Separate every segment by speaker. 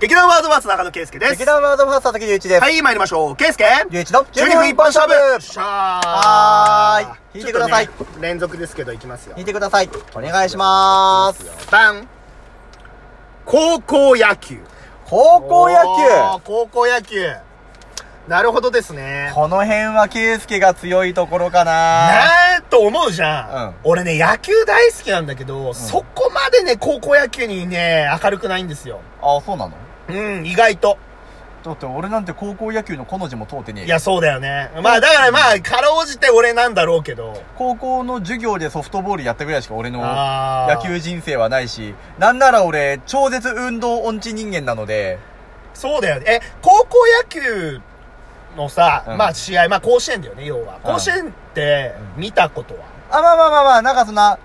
Speaker 1: 劇団ワードバーツ中野圭介です。
Speaker 2: 劇団ワードファースト時隆一です。。
Speaker 1: はいい、参りましょう。圭介
Speaker 2: 隆一の
Speaker 1: 12分一本勝負
Speaker 2: よっ
Speaker 1: し
Speaker 2: し
Speaker 1: ゃー
Speaker 2: はーい引いてください
Speaker 1: ちょっとね連続ですけど、いきますよ
Speaker 2: 聞い。てください。お願いします。
Speaker 1: バン高校野球。
Speaker 2: 高校野
Speaker 1: おー
Speaker 2: 球。
Speaker 1: 高校野球。なるほどですね。
Speaker 2: この辺は圭介が強いところかな。
Speaker 1: なーと思うじゃん。
Speaker 2: うん
Speaker 1: 俺ね、野球大好きなんだけど、そこまでね、高校野球にね、明るくないんですよ。
Speaker 2: あ、そうなの
Speaker 1: うん、意外と。
Speaker 2: だって俺なんて高校野球のこの字も通ってねえ
Speaker 1: い
Speaker 2: よ
Speaker 1: や、そうだよね。まあ、だからまあ、かろうじて俺なんだろうけど。
Speaker 2: 高校の授業でソフトボールやったぐらいしか俺の
Speaker 1: あー
Speaker 2: 野球人生はないし、なんなら俺、超絶運動音痴人間なので、
Speaker 1: そうだよね。え、高校野球のさ、
Speaker 2: うん
Speaker 1: まあ試合、まあ甲子園だよね、要は。
Speaker 2: うん
Speaker 1: 甲子園って見たことは、
Speaker 2: あ、まあまあまあまあ、なんかそんな、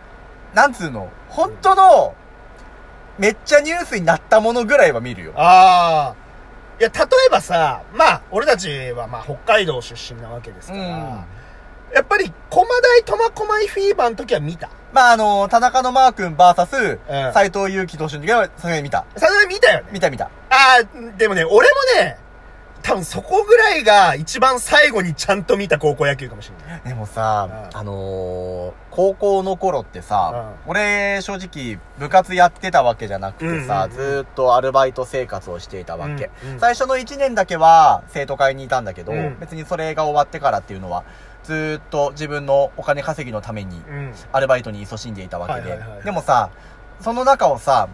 Speaker 2: なんつうの、本当の、めっちゃニュースになったものぐらいは見るよ。
Speaker 1: ああ。いや、例えばさ、まあ、俺たちはまあ北海道出身なわけです
Speaker 2: う
Speaker 1: か
Speaker 2: ん。
Speaker 1: ら、やっぱり駒大苫小牧フィーバーの時は見た。
Speaker 2: まああの、田中のマー君 VS、
Speaker 1: うん
Speaker 2: 斎藤佑樹投手の時は、それ見た。
Speaker 1: さすがに見たよね。
Speaker 2: 見た見た。
Speaker 1: ああ、でもね、俺もね、多分そこぐらいが一番最後にちゃんと見た高校野球かもしれない。
Speaker 2: でもさ、
Speaker 1: うん
Speaker 2: あのー高校の頃ってさ、俺、正直、部活やってたわけじゃなくて
Speaker 1: う
Speaker 2: さ、
Speaker 1: んうんうん
Speaker 2: ずーっとアルバイト生活をしていたわけ。
Speaker 1: うんうん
Speaker 2: 最初の1年だけは、生徒会にいたんだけど、
Speaker 1: うん
Speaker 2: 別にそれが終わってからっていうのは、ずーっと自分のお金稼ぎのために、
Speaker 1: うん。
Speaker 2: アルバイトに勤しんでいたわけで、
Speaker 1: はいはいはい
Speaker 2: でもさその中をさ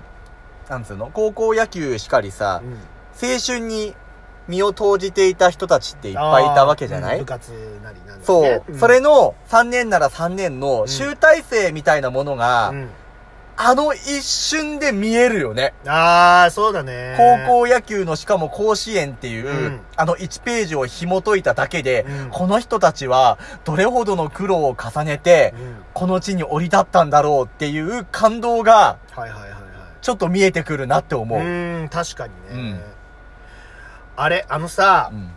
Speaker 2: なんつうの高校野球しかりさ、
Speaker 1: うん
Speaker 2: 青春に身を投じていた人たちっていっぱいいたわけじゃな
Speaker 1: あーうん
Speaker 2: い
Speaker 1: 部活なりなんだ
Speaker 2: そう、
Speaker 1: ねん
Speaker 2: それの3年なら3年の
Speaker 1: ん
Speaker 2: 集大成みたいなものが、
Speaker 1: うん
Speaker 2: あの一瞬で見えるよね、
Speaker 1: ああ、そうだね。
Speaker 2: 高校野球のしかも甲子園っていう、
Speaker 1: うん
Speaker 2: あの1ページを紐解いただけで、
Speaker 1: うん
Speaker 2: この人たちはどれほどの苦労を重ねて、
Speaker 1: うん
Speaker 2: この地に降り立ったんだろうっていう感動が
Speaker 1: はいはいはいはい。
Speaker 2: ちょっと見えてくるなって思う。
Speaker 1: うーん、確かにね。
Speaker 2: うん
Speaker 1: あれ、あのさ
Speaker 2: う、ん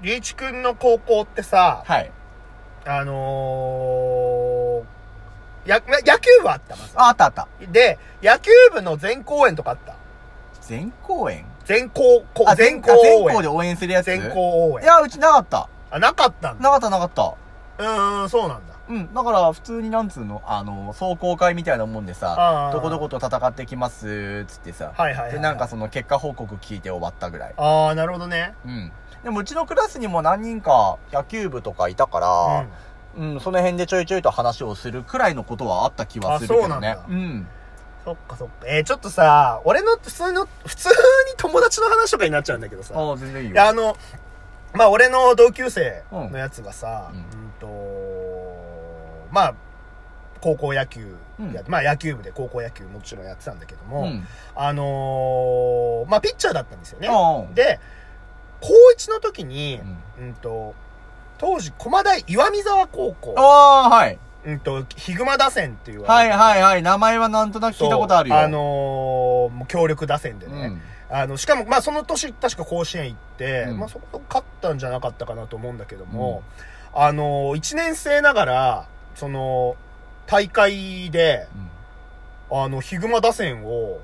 Speaker 1: りゅうちくんの高校ってさ、
Speaker 2: はい。
Speaker 1: あのー、や、な野球部あったまず
Speaker 2: あ、あったあった。
Speaker 1: で、野球部の全公演とかあった。
Speaker 2: 全公演
Speaker 1: 全校、こ
Speaker 2: あ、
Speaker 1: 全
Speaker 2: 全
Speaker 1: 校
Speaker 2: 校
Speaker 1: 応
Speaker 2: 全校で
Speaker 1: 援。
Speaker 2: 応援するやつ
Speaker 1: 全校応
Speaker 2: い
Speaker 1: 援。
Speaker 2: や、うちなかった。
Speaker 1: あ、なかったんだ。
Speaker 2: なかったなかった。
Speaker 1: うーん、そうなんだ。
Speaker 2: うん。だから、普通になんつうの、あの、壮行会みたいなもんで
Speaker 1: あ
Speaker 2: さ
Speaker 1: あ、
Speaker 2: どこどこと戦ってきます、つってさ。
Speaker 1: はいはいはい。
Speaker 2: で、なんか、その結果報告聞いて終わったぐらい。
Speaker 1: ああ、なるほどね。
Speaker 2: うん。でも、うちのクラスにも何人か野球部とかいたから、うん、その辺でちょいちょいと話をするくらいのことはあった気はするけど
Speaker 1: あ
Speaker 2: ね
Speaker 1: そうなんだ。
Speaker 2: うん。
Speaker 1: そっかそっか。えー、ちょっとさ、俺の普通の、普通に友達の話とかになっちゃうんだけどさ。
Speaker 2: ああ、全然いい
Speaker 1: い
Speaker 2: よ。
Speaker 1: や、あの、まあ、俺の同級生のやつがさ、
Speaker 2: う
Speaker 1: うんん、と、まあ、高校野球や、
Speaker 2: う
Speaker 1: まあ野球部で高校野球もちろんやってたんだけど
Speaker 2: う
Speaker 1: も、
Speaker 2: ん。
Speaker 1: あのーまあピッチャーだったんですよね。
Speaker 2: うん
Speaker 1: で、高1の時に
Speaker 2: う、ん
Speaker 1: うん、と、当時、駒大岩見沢高校、
Speaker 2: ああ、はい。
Speaker 1: うんと、ヒグマ打線っていう、
Speaker 2: はいはいはい。名前はなんとなく聞いたことあるよ。
Speaker 1: そうあ、のーもう強力打線で
Speaker 2: う
Speaker 1: ね。
Speaker 2: ん。
Speaker 1: あの、しかも、まあ、その年、確か甲子園行って、
Speaker 2: うん
Speaker 1: まあ、そこそこ勝ったんじゃなかったかなと思うんだけども、あの、1年生ながら、その、大会で、あの、ヒグマ打線を、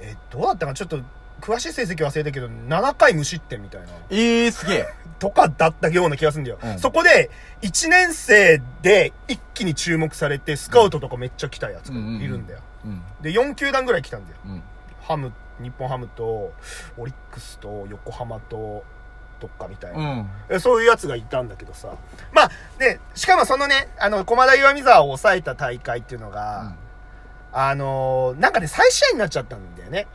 Speaker 1: え、どうだったかなちょっと、詳しい成績忘れたけど、7回無失点みたいな、
Speaker 2: ええー、すげえ。
Speaker 1: とかだったような気がするんだよ。
Speaker 2: うん
Speaker 1: そこで、1年生で一気に注目されて、スカウトとかめっちゃ来たやつがいるんだよ。
Speaker 2: うん。
Speaker 1: で、4球団ぐらい来たんだよ。
Speaker 2: うん。
Speaker 1: ハム、日本ハムと、オリックスと、横浜と、どっかみたいな、
Speaker 2: ん。
Speaker 1: えそういうやつがいたんだけどさ。まあ、で、しかもそのね、あの、駒田岩見沢を抑えた大会っていうのが、あのーなんかね、再試合になっちゃったんだよね。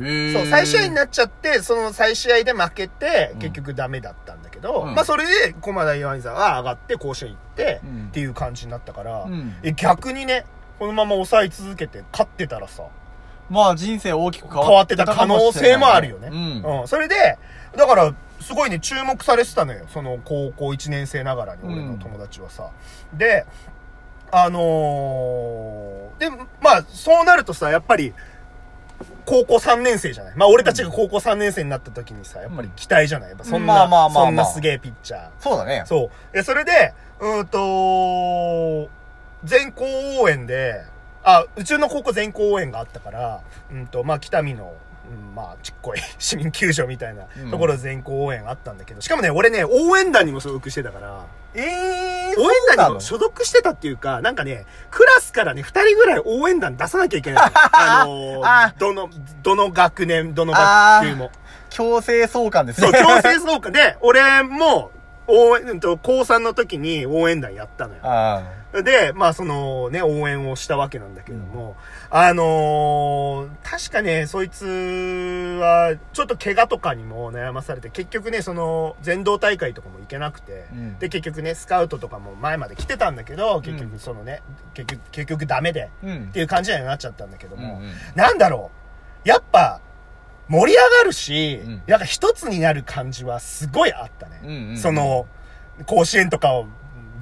Speaker 2: へ
Speaker 1: そう、再試合に
Speaker 2: っ
Speaker 1: なっちゃって、その再試合で負けて
Speaker 2: う、ん
Speaker 1: 結局ダメだったんだけど、
Speaker 2: うん
Speaker 1: まあ、それで駒田岩見沢が上がって、甲子園行って、
Speaker 2: うん
Speaker 1: っていう感じになったから、
Speaker 2: うん
Speaker 1: え逆にね、このまま抑え続けて、勝ってたらさ、
Speaker 2: まあ人生大きく変
Speaker 1: 変わってた可能性もあるよね。
Speaker 2: うん。
Speaker 1: うんそれで、だから、すごいね、注目されてたのよ。その、高校1年生ながらに、
Speaker 2: うん
Speaker 1: 俺の友達はさ。で、あのーで、まあ、そうなるとさ、やっぱり、高校3年生じゃないまあ、俺たちが高校3年生になった時にさ、やっぱり期待じゃないやっぱそん
Speaker 2: ま
Speaker 1: な、
Speaker 2: あまあまあまあ
Speaker 1: そんなすげえピッチャー。
Speaker 2: そうだね。
Speaker 1: そう。え、それで、うーんと、全校応援で、あ、うちの高校全校応援があったから、うんと、まあ、北見の、うんまあ、ちっこい 市民球場みたいなところで全校応援あったんだけど、しかもね、俺ね、応援団にも所属してたから、
Speaker 2: ええ
Speaker 1: 応援団にも
Speaker 2: そ
Speaker 1: 所
Speaker 2: う
Speaker 1: 属してたっていうか、なんかね、クラスからね、二人ぐらい応援団出さなきゃいけ ないの。あの
Speaker 2: あ
Speaker 1: ー、どの、どの学年、どの学級も。
Speaker 2: なの強制送還です
Speaker 1: そ
Speaker 2: ね。
Speaker 1: う、強制総会で、俺も、応援、うんと、高3の時に応援団やったのよ。
Speaker 2: あ
Speaker 1: で、まあそのね、応援をしたわけなんだけども、あのー確かね、そいつは、ちょっと怪我とかにも悩まされて、結局ね、その、全道大会とかも行けなくて、
Speaker 2: うん
Speaker 1: で、結局ね、スカウトとかも前まで来てたんだけど、結局そのね、結局、結局ダメで、
Speaker 2: ーうん
Speaker 1: っていう感じにはなっちゃったんだけど
Speaker 2: う
Speaker 1: も、
Speaker 2: んうん
Speaker 1: なんだろう、やっぱ、盛り上がるし、
Speaker 2: うん
Speaker 1: なんか一つになる感じはすごいあったね。
Speaker 2: うんうん
Speaker 1: その、甲子園とかを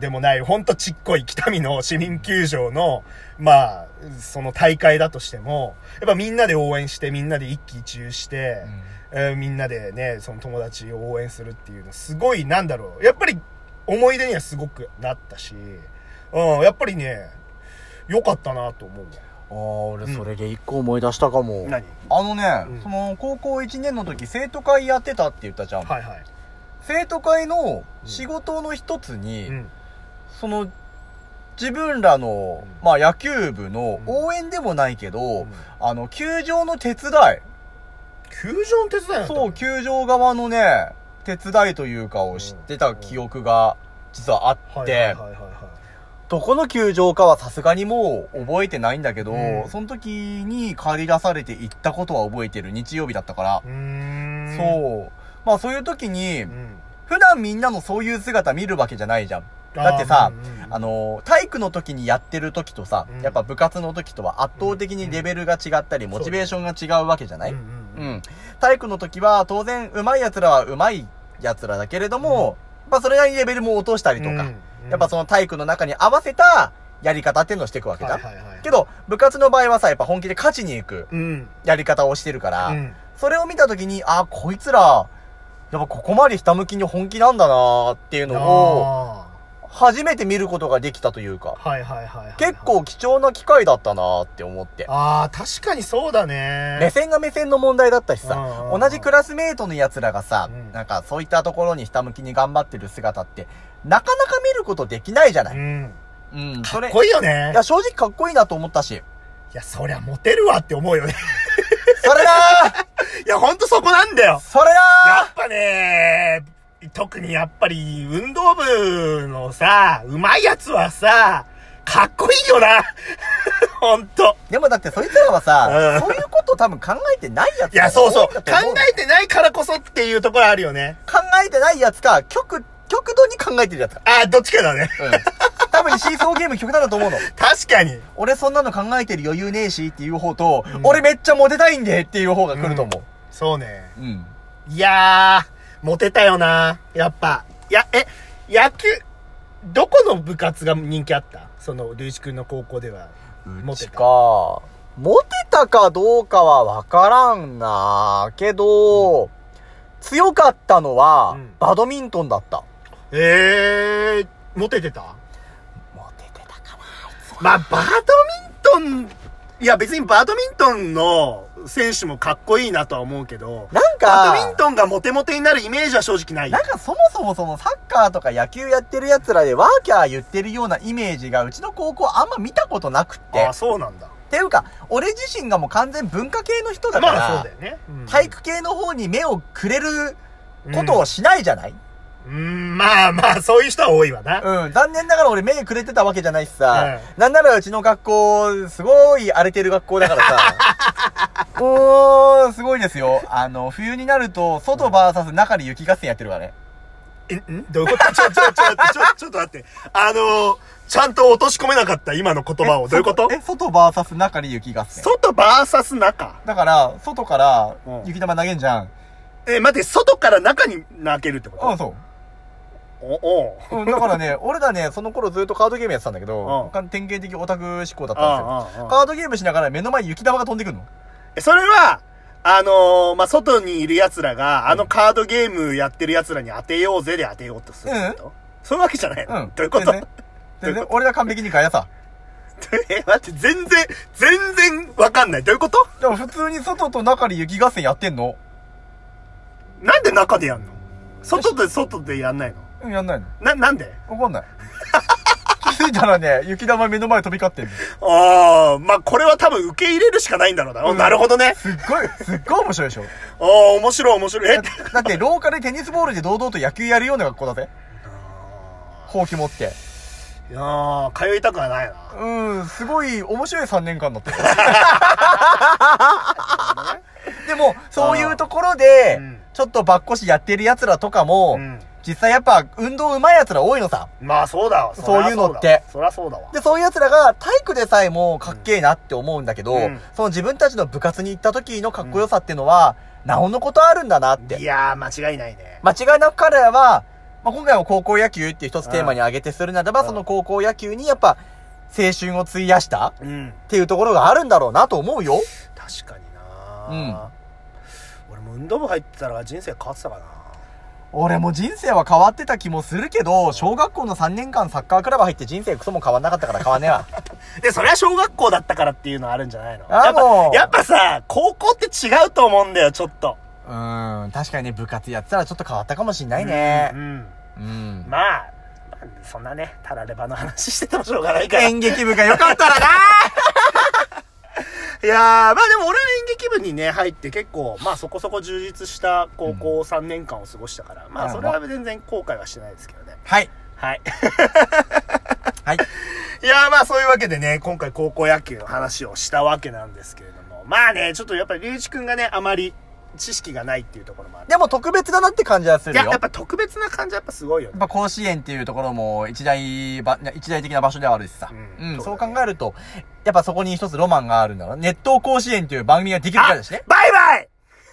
Speaker 1: でもない、ほんとちっこい北見の市民球場の、まあ、その大会だとしても、やっぱみんなで応援して、みんなで一喜一憂して、えーみんなでね、その友達を応援するっていうの、すごい、なんだろう、やっぱり思い出にはすごくなったし、うん、やっぱりね、良かったなと思うわ。
Speaker 2: ああ、俺それで一個思い出したかも。
Speaker 1: 何
Speaker 2: あのね、
Speaker 1: うん
Speaker 2: その高校1年の時生徒会やってたって言ったじゃん。
Speaker 1: はいはい。
Speaker 2: 生徒会の仕事の一つに、
Speaker 1: うん。
Speaker 2: その自分らの、
Speaker 1: うん
Speaker 2: まあ野球部の
Speaker 1: うん
Speaker 2: 応援でもないけど、
Speaker 1: うん
Speaker 2: あの球場の手伝、
Speaker 1: 球場の手伝いないんだ
Speaker 2: そう球場側のね手伝いというかを知ってた記憶が実はあって、
Speaker 1: はいはいはいはいはい。
Speaker 2: どこの球場かはさすがにもう覚えてないんだけど、
Speaker 1: うん
Speaker 2: その時に借り出されて行ったことは覚えてる日曜日だったから
Speaker 1: う、ーん。
Speaker 2: そうまあそういう時に、
Speaker 1: うん。
Speaker 2: 普段みんなのそういう姿見るわけじゃないじゃんだってさ
Speaker 1: あー、うんうん
Speaker 2: あの、体育の時にやってる時とさ、
Speaker 1: うん
Speaker 2: やっぱ部活の時とは圧倒的にレベルが違ったり、モチベーションが違うわけじゃない、
Speaker 1: う
Speaker 2: うんん、体育の時は当然上手い奴らは上手い奴らだけれども、まあそれなりにレベルも落とした
Speaker 1: う
Speaker 2: り
Speaker 1: ん
Speaker 2: と
Speaker 1: うん、
Speaker 2: か、
Speaker 1: うん
Speaker 2: やっぱその体育の中に合わせたやり方っていうのをしていくわけだ。
Speaker 1: はいはいはい、
Speaker 2: けど、部活の場合はさ、やっぱ本気で勝ちに行く
Speaker 1: うん。
Speaker 2: やり方をしてるから、
Speaker 1: うん
Speaker 2: それを見た時に、あ、こいつら、やっぱここまでひたむきに本気なんだなーっていうのを、
Speaker 1: あ
Speaker 2: 初めて見ることができたというか
Speaker 1: ー。はいはいはいはい。
Speaker 2: 結。構貴重な機会だったなーって思って。
Speaker 1: ああ、確かにそうだね。
Speaker 2: 目線が目線の問題だったし
Speaker 1: うん
Speaker 2: さ
Speaker 1: うん、うん
Speaker 2: 同じクラスメートの奴らがさ
Speaker 1: うん、
Speaker 2: なんかそういったところにひたむきに頑張ってる姿って、なかなか見ることできないじゃな
Speaker 1: う
Speaker 2: い。
Speaker 1: ん。
Speaker 2: うん、それ。
Speaker 1: 濃いよ
Speaker 2: い
Speaker 1: ね
Speaker 2: や、。正直かっこいいなと思ったし。
Speaker 1: いや、そりゃモテるわって思うよね。
Speaker 2: それだ ー
Speaker 1: いや、ほんとそこなんだよ。
Speaker 2: それ
Speaker 1: や
Speaker 2: だ
Speaker 1: っぱね、特にやっぱり運動部のさ、うまいやつはさ、かっこいいよな。 ほんと。
Speaker 2: ーでもだってそいつらはさ、
Speaker 1: うん
Speaker 2: そういうこと多分考えてないやつ
Speaker 1: いや、そうそう。
Speaker 2: 多いん
Speaker 1: 考
Speaker 2: だと思う
Speaker 1: えてないからこそっていうところあるよね。
Speaker 2: 考えてないやつか、極、極度に考えてるやつか。
Speaker 1: あー、どっちかだね。
Speaker 2: うん。多分シーソーゲーム極端だと思うの。
Speaker 1: 確かに。
Speaker 2: 俺そんなの考えてる余裕ねえしっていう方と、俺めっちゃモテたいんでっていう方が来ると思
Speaker 1: そうね。
Speaker 2: う。うん。
Speaker 1: いやー、モテたよなやっぱ。いや、え、野球、どこの部活が人気あったその、隆一君の高校では。
Speaker 2: う
Speaker 1: モ
Speaker 2: ち
Speaker 1: テ
Speaker 2: か
Speaker 1: た。
Speaker 2: モテたかどうかはわからんなけど、強かったのは
Speaker 1: うん、
Speaker 2: バドミントンだった。
Speaker 1: えー、モテてた
Speaker 2: モテてたか
Speaker 1: まあ、バドミントン、いや別にバドミントンの選手もかっこいいなとは思うけど、
Speaker 2: ななん
Speaker 1: バドミン
Speaker 2: か、
Speaker 1: トンがモテモテになるイメージは正直ないよ
Speaker 2: なん。かそもそもそのサッカーとか野球やってる奴らでワーキャー言ってるようなイメージがうちの高校あんま見たことなくって
Speaker 1: あー、。そうなんだ。
Speaker 2: っていうか、俺自身がもう完全文化系の人だから、
Speaker 1: まあそうだよね。うん
Speaker 2: 体育系の方に目をくれることをしないじゃない、
Speaker 1: うーん、まあまあ、そういう人は多いわな。
Speaker 2: うん、残念ながら俺目くれてたわけじゃないしさ、
Speaker 1: う
Speaker 2: なんならうちの学校、すごい荒れてる学校だから さ、おー、すごいですよ。あの、冬になると、外バーサス中に雪合戦やってるからね。
Speaker 1: え、んどういうことちょ、ちょ、ちょ、ちょ、ちょっと待って。あのー、ちゃんと落とし込めなかった、今の言葉を。どういうこと
Speaker 2: え、外バーサス中に雪合戦。
Speaker 1: 外バーサス中。
Speaker 2: だから、外から
Speaker 1: うん
Speaker 2: 雪玉投げんじゃん。
Speaker 1: え、待って、外から中に泣けるってこ
Speaker 2: うん、
Speaker 1: と
Speaker 2: そう。
Speaker 1: お、おう
Speaker 2: うん、だか らね、俺らね、その頃ずっとカードゲームやってたんだけど、
Speaker 1: う
Speaker 2: 典型的オタク志向だったんです
Speaker 1: あ
Speaker 2: よ。
Speaker 1: あ、ああ。
Speaker 2: カードゲームしながら目の前に雪玉が飛んでくるの。
Speaker 1: えそれは、あのー、まあ、外にいる奴らが、あのカードゲームやってる奴らに当てようぜで当てようとするってこと、そういうわけじゃないの、
Speaker 2: うん。
Speaker 1: どういうこ
Speaker 2: 全
Speaker 1: と
Speaker 2: 然全然俺ら完璧にガヤさ。
Speaker 1: え、待って、全然、全然わかんない。どういうこと
Speaker 2: でも普通に外と中に雪合戦やってんの
Speaker 1: なんで中でやんの外で外でやんないの
Speaker 2: うんやんないの
Speaker 1: な、なんで
Speaker 2: わかんない。 気づいたらね、雪玉目の前飛び交ってんの。
Speaker 1: ああ、まあこれは多分受け入れるしかないんだろうな。
Speaker 2: うん
Speaker 1: なるほど ね。
Speaker 2: すっごい、すっごい面白いでしょ。
Speaker 1: ああ、面白い面白い。え、
Speaker 2: だって廊下でテニスボールで堂々と野球やるような学校だぜ。ほうき持って。
Speaker 1: いやー通いたくはないな。
Speaker 2: うん、すごい面白い3年間だった よ。でも、そういうところで
Speaker 1: うん、
Speaker 2: ちょっとばっこしやってる奴らとかも、
Speaker 1: うん
Speaker 2: 実際やっぱ運動上手い奴ら多いのさ。
Speaker 1: まあそうだわ。
Speaker 2: そういうのって
Speaker 1: そりゃそうだわ。
Speaker 2: で、そういう奴らが体育でさえもかっけえなって思うんだけど、
Speaker 1: うん
Speaker 2: その自分たちの部活に行った時のかっこよさっていうのは、なおのことあるんだなっ
Speaker 1: い
Speaker 2: て。
Speaker 1: やー、間違いないね。
Speaker 2: 間違いなく彼らは、まあ、今回も高校野球っていう一つテーマに挙げてするならば、
Speaker 1: うん
Speaker 2: その高校野球にやっぱ青春を費やした
Speaker 1: うん。
Speaker 2: っていうところがあるんだろうなと思うよ。
Speaker 1: 確かにな俺も運動部入ってたら人生変わってたかな。
Speaker 2: 俺も人生は変わってた気もするけど、小学校の3年間サッカークラブ入って人生クソも変わんなかったから変わんねえわ。
Speaker 1: で、それは小学校だったからっていうのはあるんじゃないの
Speaker 2: あ
Speaker 1: やっ
Speaker 2: もう
Speaker 1: ぱ、やっぱさ、高校って違うと 思うんだよ、ちょっと。
Speaker 2: うーん、確かにね、部活やってたらちょっと変わったかもしんないね
Speaker 1: う。ん。
Speaker 2: うん。
Speaker 1: まあ、そんなね、タラレバの話しててもしょうがないから。い
Speaker 2: 演劇部が良かったらな
Speaker 1: やー、まあでも俺は演劇部にね、入って結構、まあそこそこ充実した高校3年間を過ごしたから、まあそれは全然後悔はしてないですけどね。
Speaker 2: はい。
Speaker 1: はい。
Speaker 2: はい。
Speaker 1: いやーまあそういうわけでね、今回高校野球の話をしたわけなんですけれども、まあね、ちょっとやっぱり龍一くんがね、あまり知識がないっていうところもある。
Speaker 2: でも特別だなって感じはす
Speaker 1: い
Speaker 2: る
Speaker 1: や、
Speaker 2: よ。や
Speaker 1: や
Speaker 2: っ
Speaker 1: っぱ特別な感じはやっぱすごいよね。
Speaker 2: ぱ甲子園っていうところも一大ば、一大的な場所ではあるしさ。う
Speaker 1: うんん、
Speaker 2: そ
Speaker 1: そうう
Speaker 2: 考
Speaker 1: だね
Speaker 2: えると、やっぱそこに一つロマンがあるんだろう。熱湯甲子園っていう番組ができるからだしね。
Speaker 1: バイバ